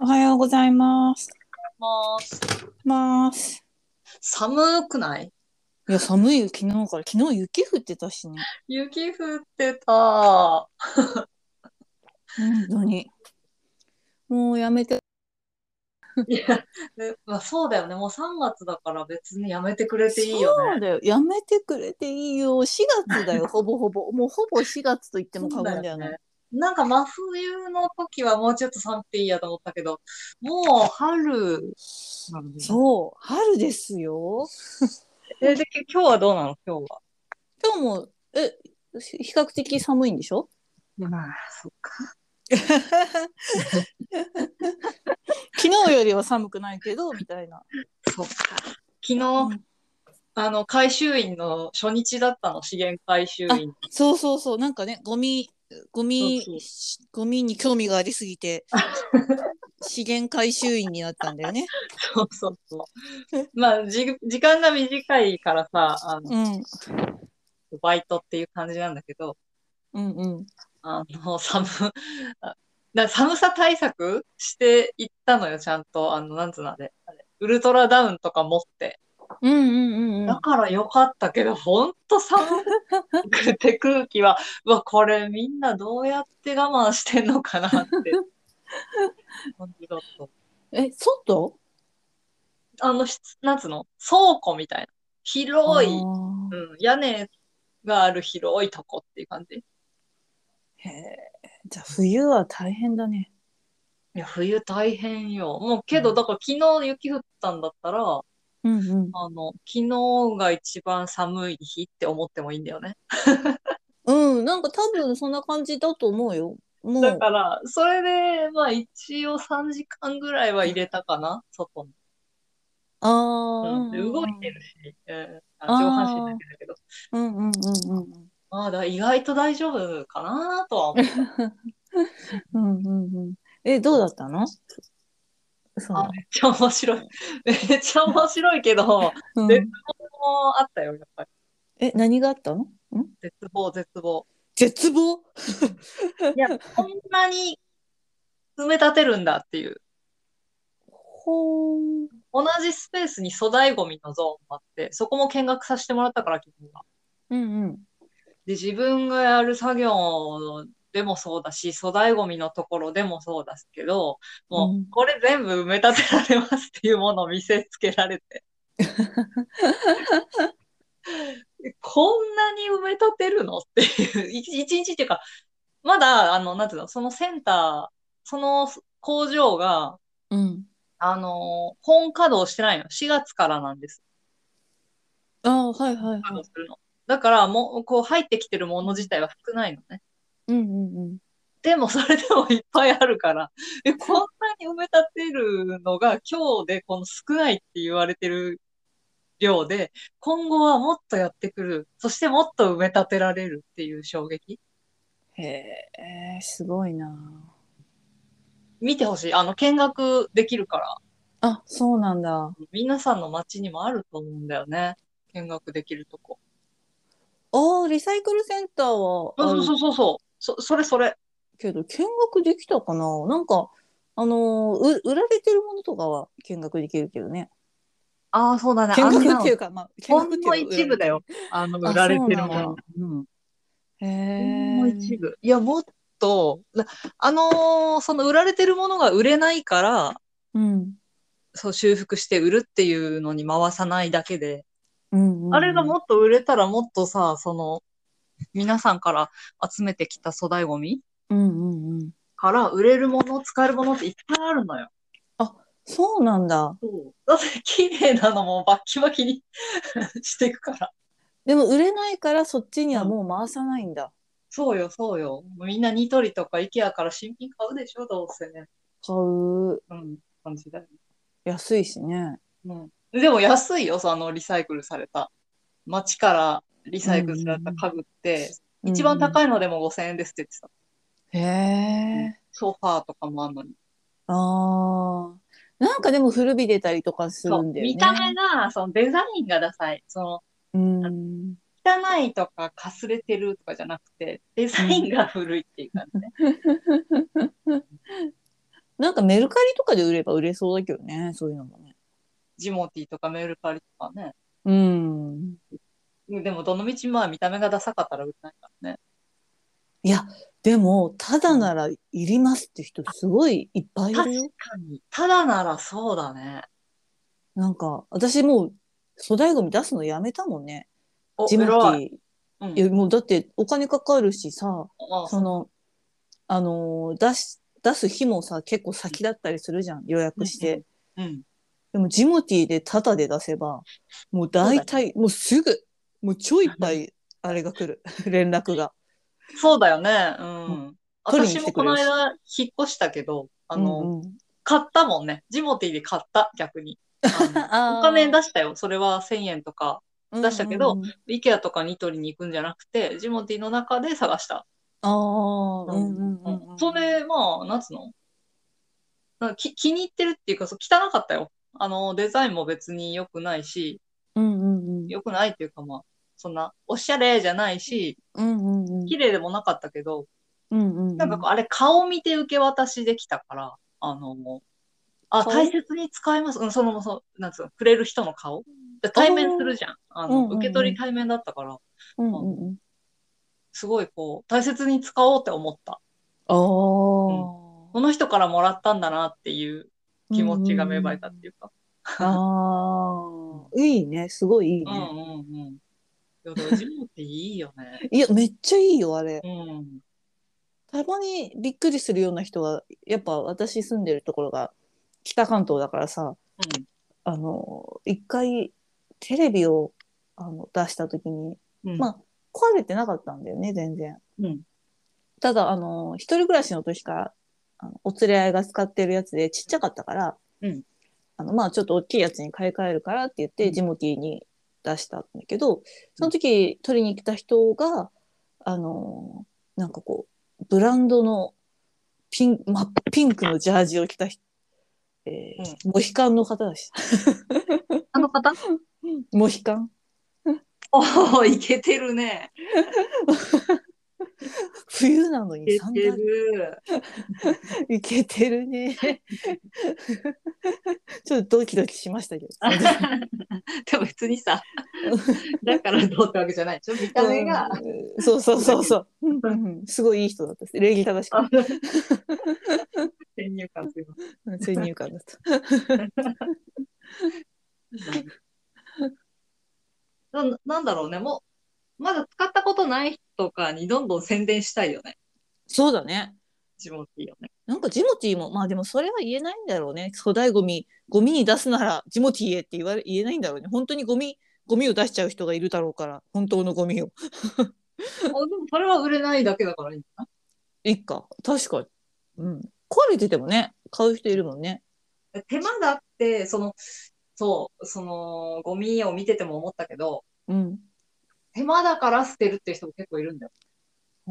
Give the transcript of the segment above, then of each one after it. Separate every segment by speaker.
Speaker 1: おはようございます。
Speaker 2: もう
Speaker 1: ます。
Speaker 2: 寒くない
Speaker 1: いや、寒いよ、昨日から。昨日雪降ってたしね。
Speaker 2: 雪降ってた。
Speaker 1: 本当に。もうやめて。
Speaker 2: いや、でまあ、そうだよね。もう3月だから別にやめてくれていいよね。
Speaker 1: そうだよ。やめてくれていいよ。4月だよ、 ほぼほぼ。もうほぼ4月と言っても過言ではない。
Speaker 2: なんか真冬の時はもうちょっと寒くていいやと思ったけど、もう春なんで
Speaker 1: そう,、春ですよ。
Speaker 2: えで今日はどうなの今日は。
Speaker 1: 今日も、え、比較的寒いんでし ょ
Speaker 2: まあ、そっか。
Speaker 1: 昨日よりは寒くないけど、みたいな。
Speaker 2: そっか。昨日、あの、回収員の初日だったの、資源回収員。
Speaker 1: そうそうそう、なんかね、ゴミ、ゴミ
Speaker 2: そう、
Speaker 1: ゴミに興味がありすぎ て、資源回収員になったんだよね。
Speaker 2: そうそうそう。まあ、じ時間が短いからさ、あの、
Speaker 1: うん、
Speaker 2: バイトっていう感じなんだけど、
Speaker 1: うん、うん。
Speaker 2: あの、寒、あな寒さ対策していったのよ、ちゃんと。あの、なんつうのあれ、あれウルトラダウンとか持って。
Speaker 1: うん、うん、うんう
Speaker 2: だ
Speaker 1: ん。
Speaker 2: からよかったけど、ほんと寒くて空気は、 うわ、これみんなどうやって我慢してんのか なって。感じだった
Speaker 1: え、外
Speaker 2: あの、しなんつうの倉庫みたいな。広い、
Speaker 1: あ
Speaker 2: う
Speaker 1: ー
Speaker 2: ん、屋根がある広いとこっていう感じ。
Speaker 1: へえ。じゃあ冬は大変だね。
Speaker 2: いや、冬大変よ。もう、けど、だから昨日雪降ったんだったら、
Speaker 1: うんうん。
Speaker 2: あの、昨日が一番寒い日って思ってもいいんだよね。
Speaker 1: うん、なんか多分そんな感じだと思うよ。も
Speaker 2: だ
Speaker 1: う、
Speaker 2: から、それで、まあ一応3時間ぐらいは入れたかな、外に。
Speaker 1: あ
Speaker 2: う
Speaker 1: あ。
Speaker 2: ん、で動いてるし、うんあ上半身だけだけど。
Speaker 1: うんうんうんうん
Speaker 2: まあだ、意外と大丈夫かなと は思う。
Speaker 1: うん。うんうんうん。え、どうだったのそう
Speaker 2: あめっちゃ面白い。めっちゃ面白いけど、も
Speaker 1: うん
Speaker 2: 絶うあったよ、やっぱり。
Speaker 1: え、何があったのん
Speaker 2: 絶望、絶望。
Speaker 1: 絶望
Speaker 2: いや、こんなに埋め立てるんだっていう。
Speaker 1: ほー
Speaker 2: 同じスペースに粗大ゴミのゾーンもあって、そこも見学させてもらったから、昨日は。
Speaker 1: うんうん。
Speaker 2: で、自分がやる作業でもそうだし、粗大ゴミのところでもそうだけど、も
Speaker 1: うん
Speaker 2: う、これ全部埋め立てられますっていうものを見せつけられて。 でこんなに埋め立てるのっていう、一一日っていうか、まだ、あの、なんていうの、そのセンター、その工場が、
Speaker 1: うん。
Speaker 2: あの、本稼働してないの。4月からなんです。
Speaker 1: ああ、はいはい
Speaker 2: 稼
Speaker 1: はい。
Speaker 2: 働するの。だから、もう、こう、入ってきてるもの自体は少ないのね。
Speaker 1: うんうんうん。
Speaker 2: でも、それでもいっぱいあるから、え、こんなに埋め立てるのが、今日でこの少ないって言われてる量で、今後はもっとやってくる。そしてもっと埋め立てられるっていう衝撃。
Speaker 1: へえ、すごいな。
Speaker 2: 見てほしい。あの、見学できるから、
Speaker 1: あ、そうなんだ。
Speaker 2: 皆さんの街にもあると思うんだよね。見学できるとこ。
Speaker 1: ああ、リサイクルセンターはあ
Speaker 2: そう
Speaker 1: る
Speaker 2: そうそうそう。そ、それそれ。
Speaker 1: けど、見学できたかななんか、あのーう、売られてるものとかは見学できるけどね。
Speaker 2: ああ、そうだね。
Speaker 1: 見
Speaker 2: あん
Speaker 1: 学
Speaker 2: な
Speaker 1: っていうか、まあ、見
Speaker 2: ほん
Speaker 1: 学っていうか
Speaker 2: の一部だ。よ。あの、売られてるも
Speaker 1: あそう
Speaker 2: の。うん。
Speaker 1: 売られてるへえ。
Speaker 2: もう一部。いや、もっと、なあのーその売られてるものが売れないから、
Speaker 1: うん。
Speaker 2: そう修復して売るっていうのに回さないだけで、
Speaker 1: うんうん。
Speaker 2: あれがもっと売れたらもっとさ、その、皆さんから集めてきた粗大ゴミ
Speaker 1: うんうんうん。
Speaker 2: から売れるもの、使えるものっていっぱいあるのよ。
Speaker 1: そうなんだ。
Speaker 2: だって綺麗なのもバッキバキに していくから。
Speaker 1: でも売れないからそっちにはもう回さないんだ。
Speaker 2: そうよ、そうよ。みんなニトリとかイケアから新品買うでしょ、どうせね。
Speaker 1: 買う。
Speaker 2: うん、感じだよね。
Speaker 1: 安いしね。
Speaker 2: うん、でも安いよ、そのリサイクルされた。町からリサイクルされた家具って、一番
Speaker 1: い。
Speaker 2: 高いのでも5000円ですって言ってた。
Speaker 1: へえ。
Speaker 2: ソファーとかもあるのに。
Speaker 1: ああ。なんかでも古び出たりとかす
Speaker 2: そ
Speaker 1: る
Speaker 2: うん
Speaker 1: だよね。
Speaker 2: 見た目が、そのデザインがダサい。その
Speaker 1: うん。
Speaker 2: 汚いとかかすれてるとかじゃなくて、デザインが古いっていう感じね。
Speaker 1: なんかメルカリとかで売れば売れそうだけどね、そういうのもね。
Speaker 2: ジモティーとかメルカリとかね。
Speaker 1: うん。
Speaker 2: でも、どのみちまあ見た目がダサかったら売れないからね。
Speaker 1: いや、でも、ただならいりますって人すごいいっぱいいるよ。
Speaker 2: かに。ただならそうだね。
Speaker 1: なんか、私もう粗大ゴミ出すのやめたもんね。
Speaker 2: お
Speaker 1: ジムテ
Speaker 2: 偉い
Speaker 1: ィ。
Speaker 2: うん
Speaker 1: いや、もうだってお金かかるしさ、
Speaker 2: ああ
Speaker 1: その、あのー出し、出す日もさ、結構先だったりするじゃん、予約して。
Speaker 2: うん。
Speaker 1: でもジモティーでタダで出せば、もう大体、もうすぐ、もう超いっぱい、あれが来る、 連絡が。
Speaker 2: そうだよね。うん。
Speaker 1: 取りに来
Speaker 2: 私
Speaker 1: て
Speaker 2: も
Speaker 1: く
Speaker 2: こ
Speaker 1: れ
Speaker 2: の
Speaker 1: るし
Speaker 2: 間、引っ越したけど、あの、
Speaker 1: うんうん
Speaker 2: 買ったもんね。ジモティーで買った、逆 に。あのお金出したよ。それは1000円とか、出したけど、
Speaker 1: うんうんうん
Speaker 2: IKEA とかに取りに行くんじゃなくて、ジモティーの中で探した。
Speaker 1: ああ、うんうんうんうん。
Speaker 2: それ、まあ、なんつうのなんかき気に入ってるっていうか、そう汚かったよ。あの、デザインも別に良くないし、
Speaker 1: うんうんうん。
Speaker 2: 良くないっていうか、まあ、そんな、おしゃれじゃないし、
Speaker 1: うんうんうん。
Speaker 2: 綺麗でもなかったけど、
Speaker 1: うんうんうん。
Speaker 2: なんかこうあれ、顔見て受け渡しできたから、あの、あ、
Speaker 1: 顔
Speaker 2: 大切に使います。うん、その、そうなんつうの、くれる人の顔。で対面するじゃん。あの、
Speaker 1: うんうんうん
Speaker 2: 受け取り対面だったから、
Speaker 1: うんうんうん。
Speaker 2: すごいこう、大切に使おうって思った。
Speaker 1: ああ、
Speaker 2: この人からもらったんだなっていう気持ちが芽生えたっていうか。
Speaker 1: ああ、いいね、すごいいい
Speaker 2: うん
Speaker 1: ね。
Speaker 2: うんうん。いや、でもジムっていいよね。
Speaker 1: いや、めっちゃいいよ、あれ。
Speaker 2: うん。
Speaker 1: たまにびっくりするような人が、やっぱ私住んでるところが北関東だからさ、あの、一回テレビをあの出した時に、
Speaker 2: うん。うん
Speaker 1: まあ壊れてなかったんだよね、全然。
Speaker 2: うん。
Speaker 1: ただ、あの、一人暮らしの時から、あのお連れ合いが使ってるやつでちっちゃかったから、
Speaker 2: うん
Speaker 1: あの、まあ、ちょっと大きいやつに買い替えるからって言っ
Speaker 2: う
Speaker 1: て、
Speaker 2: ん
Speaker 1: ジモティーに出したんだけど、その時取りに来た人が、あの、なんかこう、ブランドのピン、まあ、ピンクのジャージを着た人、えーモヒカンの方だし、
Speaker 2: あの方
Speaker 1: モヒカン
Speaker 2: おお、いけてるね。
Speaker 1: 冬なの
Speaker 2: い
Speaker 1: に
Speaker 2: け
Speaker 1: サン
Speaker 2: て
Speaker 1: ダル。
Speaker 2: る。
Speaker 1: いけてるね。 ちょっとドキドキしましたけど。
Speaker 2: でも別に さ、だからどうってわけじゃない。ちょっと見た目が。
Speaker 1: うんそうそうそうそう。うんうんすごいいい人だったし。礼儀正しかっ
Speaker 2: 先入観すいません
Speaker 1: た。先入観だった。
Speaker 2: ななんだろうね、もう、まだ使ったことない人とかにどんどん宣伝したいよね。
Speaker 1: そうだね。
Speaker 2: ジモティーをね。
Speaker 1: なんかジモティーも、まあでもそれは言えないんだろうね。粗大ゴミ、ゴミに出すならジモティーへって言われ言えないんだろうね。本当にゴミ、ゴミを出しちゃう人がいるだろうから、本当のゴミを。
Speaker 2: あでもそれは売れないだけだからいいんだない
Speaker 1: いか。確かに。うん。壊れててもね、買う人いるもんね。
Speaker 2: 手間だって、その、そう、その、ゴミを見てても思ったけど、
Speaker 1: うん。
Speaker 2: 手間だから捨てるって人も結構いるんだよ。
Speaker 1: あ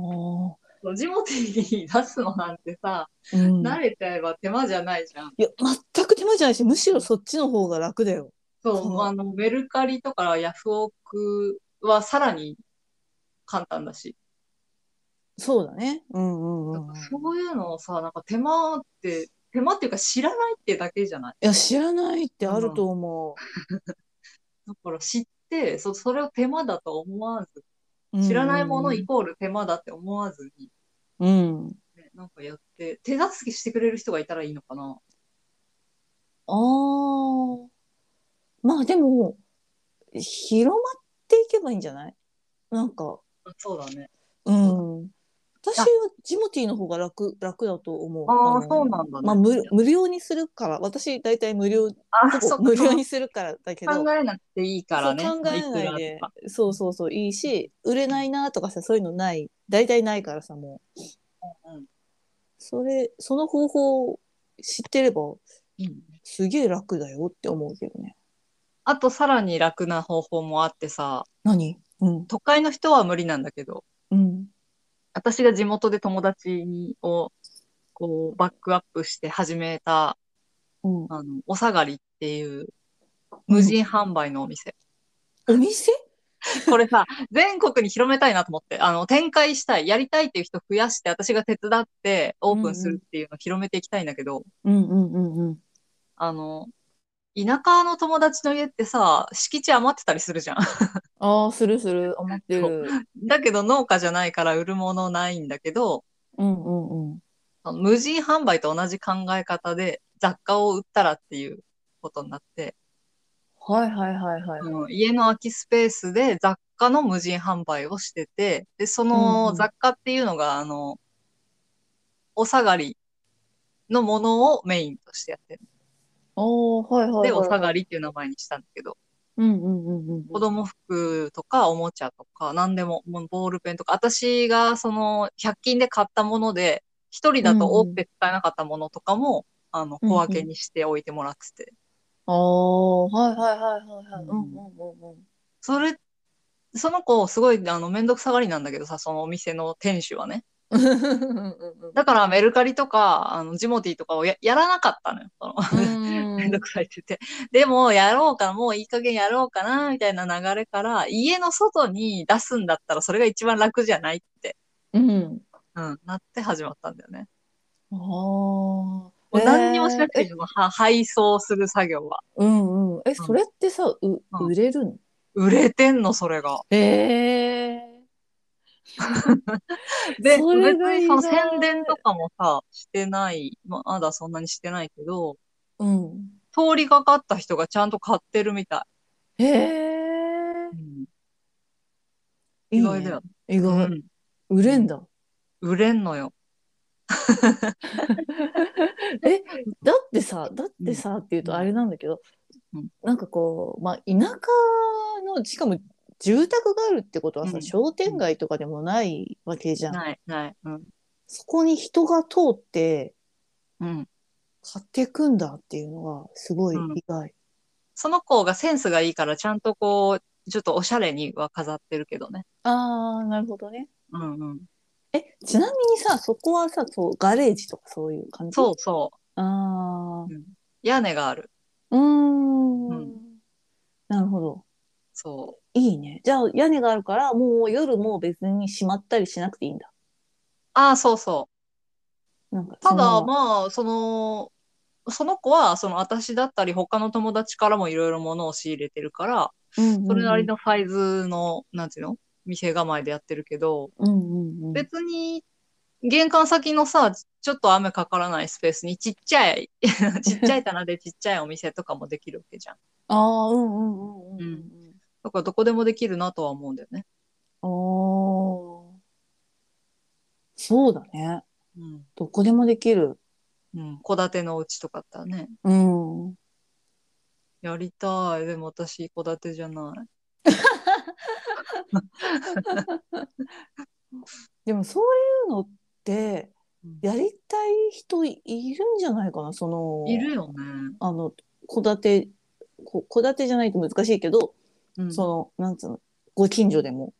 Speaker 1: あ。
Speaker 2: そのジモティーに出すのなんてさ、
Speaker 1: うん
Speaker 2: 慣れちゃえば手間じゃないじゃん。
Speaker 1: いや、全く手間じゃないし、むしろそっちの方が楽だよ。
Speaker 2: そう、
Speaker 1: そう
Speaker 2: あの、メルカリとかヤフオクはさらに簡単だし。
Speaker 1: そうだね。うんうん
Speaker 2: な
Speaker 1: うんん
Speaker 2: か
Speaker 1: うん。い
Speaker 2: そういうのをさ、なんか手間って、手間っていうか知らないってだけじゃない。
Speaker 1: や、知らないってあると思
Speaker 2: だから知って、そそれを手間だと思わず、
Speaker 1: う。
Speaker 2: 知らないものイ
Speaker 1: い
Speaker 2: コール手間だって思わずに、
Speaker 1: うん。
Speaker 2: ねなんかやって、手助けしてくれる人がいたらいいのかな。
Speaker 1: ああ。まあでも、広まっていけばいいんじゃないなんか、
Speaker 2: そうだね。
Speaker 1: うん。私はジモティーの方が楽、楽だと思う。
Speaker 2: あ
Speaker 1: の
Speaker 2: あそうなんだね
Speaker 1: まあ無、無料にするから、私大体無料、
Speaker 2: あ
Speaker 1: ほぼ無料にするからだけど。
Speaker 2: 考えなくていいからね。
Speaker 1: そう考えないで
Speaker 2: くらとか
Speaker 1: そうそうそういいし売れないなとかさそういうのない大体ないからさもう
Speaker 2: うん
Speaker 1: それその方法を知ってれば
Speaker 2: うん
Speaker 1: すげえ楽だよって思うけどね
Speaker 2: あとさらに楽な方法もあってさ、
Speaker 1: 何うん
Speaker 2: 都会の人は無理なんだけど、
Speaker 1: うん
Speaker 2: 私が地元で友達にを、こう、バックアップして始めた
Speaker 1: うん
Speaker 2: あの、お下がりっていう無人販売のお店。
Speaker 1: お店
Speaker 2: これさ、全国に広めたいなと思って、あの、展開したい、やりたいっていう人増やして、私が手伝ってオープンするっていうのを広めていきたいんだけど、
Speaker 1: うんうんうんうん。
Speaker 2: あの、田舎の友達の家ってさ、敷地余ってたりするじゃん。
Speaker 1: ああ、するする、思ってる。
Speaker 2: だけど農家じゃないから売るものないんだけど、
Speaker 1: うんうんうん。
Speaker 2: 無人販売と同じ考え方で雑貨を売ったらっていうことになって、
Speaker 1: はいはいはいはい。
Speaker 2: あの家の空きスペースで雑貨の無人販売をしてて、で、そ
Speaker 1: うんう
Speaker 2: の
Speaker 1: ん
Speaker 2: 雑貨っていうのが、あの、お下がりのものをメインとしてやってる。
Speaker 1: ああ、はいはいはい。
Speaker 2: で、お下がりっていう名前にしたんだけど、
Speaker 1: うんうんうんうん。
Speaker 2: 子供服とかおもちゃとか何でも、もうボールペンとか、私がその100均で買ったもので、一人だと多くて使えなかったものとかも、あの、小分けにしておいてもらってて。
Speaker 1: ああ、はいはいはいはいはい。
Speaker 2: う
Speaker 1: うんんうんうんうん。
Speaker 2: それ、その子、すごい、あの、めんどくさがりなんだけどさ、そのお店の店主はね。だから、メルカリとか、あの、ジモティとかをややらなかったのよ。そのめんどくさいって言って。でも、やろうか、もういい加減やろうかな、みたいな流れから、家の外に出すんだったら、それが一番楽じゃないって、
Speaker 1: うん。
Speaker 2: うん、なって始まったんだよね。
Speaker 1: ああ。も
Speaker 2: もう何にもしなくていい
Speaker 1: え
Speaker 2: の、は配送する作業は。
Speaker 1: うんうん。え、それってさ、う、売れるの
Speaker 2: 売れてんの、それが。
Speaker 1: ええ。
Speaker 2: で、別
Speaker 1: それが
Speaker 2: にその
Speaker 1: 意外
Speaker 2: 宣伝とかもさ、してない、ままだそんなにしてないけど、
Speaker 1: うん。
Speaker 2: 通りかかった人がちゃんと買ってるみた
Speaker 1: へえ
Speaker 2: い。。
Speaker 1: いいね
Speaker 2: 意外だよ。
Speaker 1: 意
Speaker 2: う
Speaker 1: 外。
Speaker 2: ん。
Speaker 1: 売れんだ。
Speaker 2: 売れんのよ。
Speaker 1: え、だってさ、だってさっていうとあれなんだけど
Speaker 2: うん、
Speaker 1: なんかこう、まあ、田舎の、しかも住宅があるってことは
Speaker 2: う
Speaker 1: さ、
Speaker 2: ん
Speaker 1: 商店街とかでもないわけじゃん。
Speaker 2: ない、ない。うん。
Speaker 1: そこに人が通って
Speaker 2: うん。
Speaker 1: 買っていくんだっていうのがすごい意外。
Speaker 2: その子がセンスがいいから、ちゃんとこう、ちょっとおしゃれには飾ってるけどね。
Speaker 1: ああ、なるほどね。
Speaker 2: うんうん。
Speaker 1: え、ちなみにさ、そこはさ、そう、ガレージとかそういう感じ
Speaker 2: そうそう。
Speaker 1: ああ、
Speaker 2: 屋根がある。
Speaker 1: うーん,、
Speaker 2: うん
Speaker 1: なるほど。
Speaker 2: そう。
Speaker 1: いいね。じゃあ、屋根があるから、もう夜も別に閉まったりしなくていいんだ。
Speaker 2: ああ、そうそ
Speaker 1: なんか
Speaker 2: う。た
Speaker 1: ま
Speaker 2: だ、まあ、その、その子は、その私だったり、他の友達からもいろいろ物を仕入れてるから、それなり。のサイズの、なんていうの店構えでやってるけど、
Speaker 1: うんうんうん。
Speaker 2: 別に、玄関先のさ、ちょっと雨かからないスペースにちっちゃい、 ちっちゃい棚でちっちゃいお店とかもできるわけじゃん。
Speaker 1: ああ、うんうんうんうんうん
Speaker 2: うだからどこでもできるなとは思うんだよね。
Speaker 1: うん。ああ。そうだね。
Speaker 2: うん。
Speaker 1: どこでもできる。
Speaker 2: うん。戸建てのお家とかだったらね。
Speaker 1: うん。
Speaker 2: やりたい。でも私、戸建てじゃない。
Speaker 1: でもそういうのって
Speaker 2: うん
Speaker 1: やりたい人いるんじゃないかなその
Speaker 2: いるよね。
Speaker 1: あの戸建てこ戸建てじゃないと難しいけど、
Speaker 2: うん。
Speaker 1: そのなんつうのご近所でも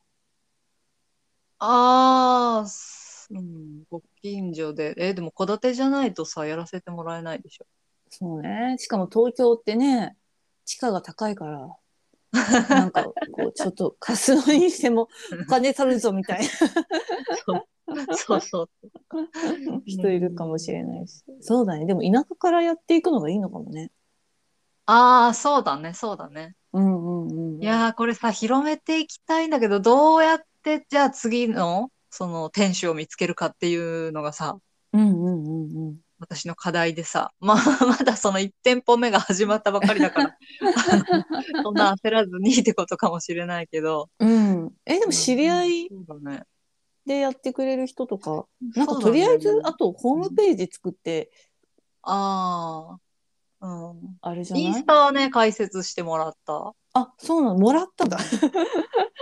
Speaker 2: あー、すうん。ご近所で。え、でも戸建てじゃないとさ、やらせてもらえないでしょ。
Speaker 1: そうねしかも東京ってね地価が高い からなんかこうちょっと貸すのにして もお金取るぞみたいな
Speaker 2: そうそう。
Speaker 1: 人いるかもしれないし、そうだねでも田舎からやっていくのがいいのかもね
Speaker 2: あー、そうだね、そうだね。
Speaker 1: うんうんうんうん
Speaker 2: いやー、これさ、広めていきたいんだけど、どうやって、じゃあ次の、その、店主を見つけるかっていうのがさ、
Speaker 1: うんうんうんうん
Speaker 2: 私の課題でさ、まあ、 まだその1店舗目が始まったばかりだから、 あのそんな焦らずにってことかもしれないけど。
Speaker 1: うん、えでも知り合い
Speaker 2: うんそうだね。
Speaker 1: でやってくれる人とか、なんか
Speaker 2: そう
Speaker 1: と
Speaker 2: だね
Speaker 1: りあえず、あとホームページ作って、
Speaker 2: ああ、うん。
Speaker 1: あれじゃ
Speaker 2: イン
Speaker 1: な
Speaker 2: ス
Speaker 1: い
Speaker 2: タはね、解説してもらった。
Speaker 1: あ、そうなの、もらったんだ。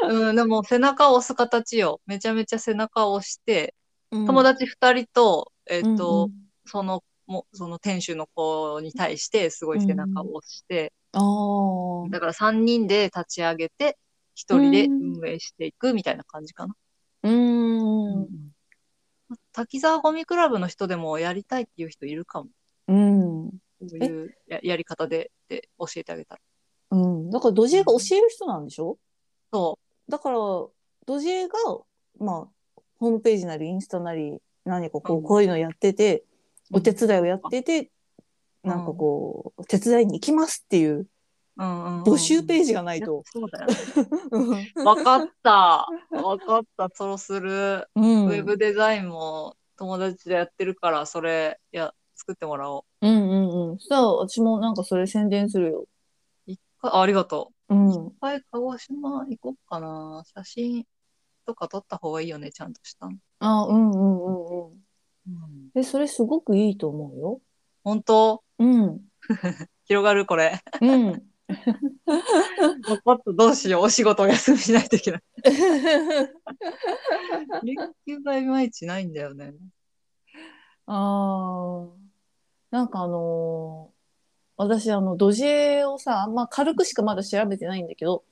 Speaker 2: うん、でも背中を押す形よ。めちゃめちゃ背中を押して、 友
Speaker 1: 友
Speaker 2: 達2人と、えっ
Speaker 1: うん
Speaker 2: と、
Speaker 1: うん
Speaker 2: その、もその店主の子に対して、すごい背中を押して、
Speaker 1: あー
Speaker 2: だから3人で立ち上げて、1人で
Speaker 1: うん
Speaker 2: 運営していくみたいな感じかな。
Speaker 1: うーん。
Speaker 2: 滝沢ゴミクラブの人でもやりたいっていう人いるかも。
Speaker 1: うん。
Speaker 2: こういうややり方でって教えてあげたら。
Speaker 1: うん。だから、ドジエが教える人なんでしょ
Speaker 2: そ
Speaker 1: だから、ドジエが、まあ、ホームページなりインスタなり、何かこ
Speaker 2: う
Speaker 1: う、
Speaker 2: ん
Speaker 1: こういうのやってて、
Speaker 2: うん
Speaker 1: お手伝いをやってて、なんかこう、手伝いに行きますっていう
Speaker 2: うんうんうん
Speaker 1: 募集ページがないと。
Speaker 2: そうだよね。
Speaker 1: うん
Speaker 2: わかった。わかった。そうする。
Speaker 1: うん
Speaker 2: ウェブデザインも友達でやってるから、それ、いや、作ってもらおう。
Speaker 1: うんうんうん。さあ、私もなんかそれ宣伝するよ。
Speaker 2: 一回、あありがと
Speaker 1: うん。
Speaker 2: う。はい、鹿児島行こうかな。写真とか撮った方がいいよね、ちゃんとしたの。
Speaker 1: あ、うんうんうんうん。
Speaker 2: うん、
Speaker 1: え、それすごくいいと思うよ。
Speaker 2: 本当
Speaker 1: うん。
Speaker 2: 広がるこ れ。
Speaker 1: うん。
Speaker 2: わかった。どうしよう。お仕事お休みしないと いけない。連休がいまいちないんだよね。
Speaker 1: ああ。なんかあのー私あの、ドジエをさ、まあ軽くしかまだ調べてないんだけど、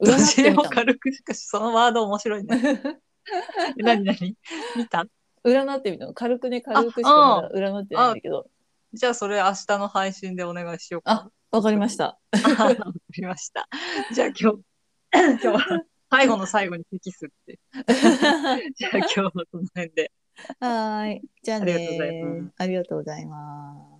Speaker 2: ど
Speaker 1: 占
Speaker 2: う
Speaker 1: っ
Speaker 2: して
Speaker 1: み
Speaker 2: よう
Speaker 1: た の。
Speaker 2: 軽くしかし、そのワード面白いね。 何何見た
Speaker 1: 占ってみたの。軽くね、軽くしかまだ占ってないんだけど。
Speaker 2: じゃあそれ明日の配信でお願いしようか
Speaker 1: わかりました。
Speaker 2: な。わかりました。じゃあ今日、今日 は最後の最後に適すって。じゃあ今日はこの辺で。
Speaker 1: はーい。じゃあ
Speaker 2: ありがとうございま
Speaker 1: ね。ありがとうございます。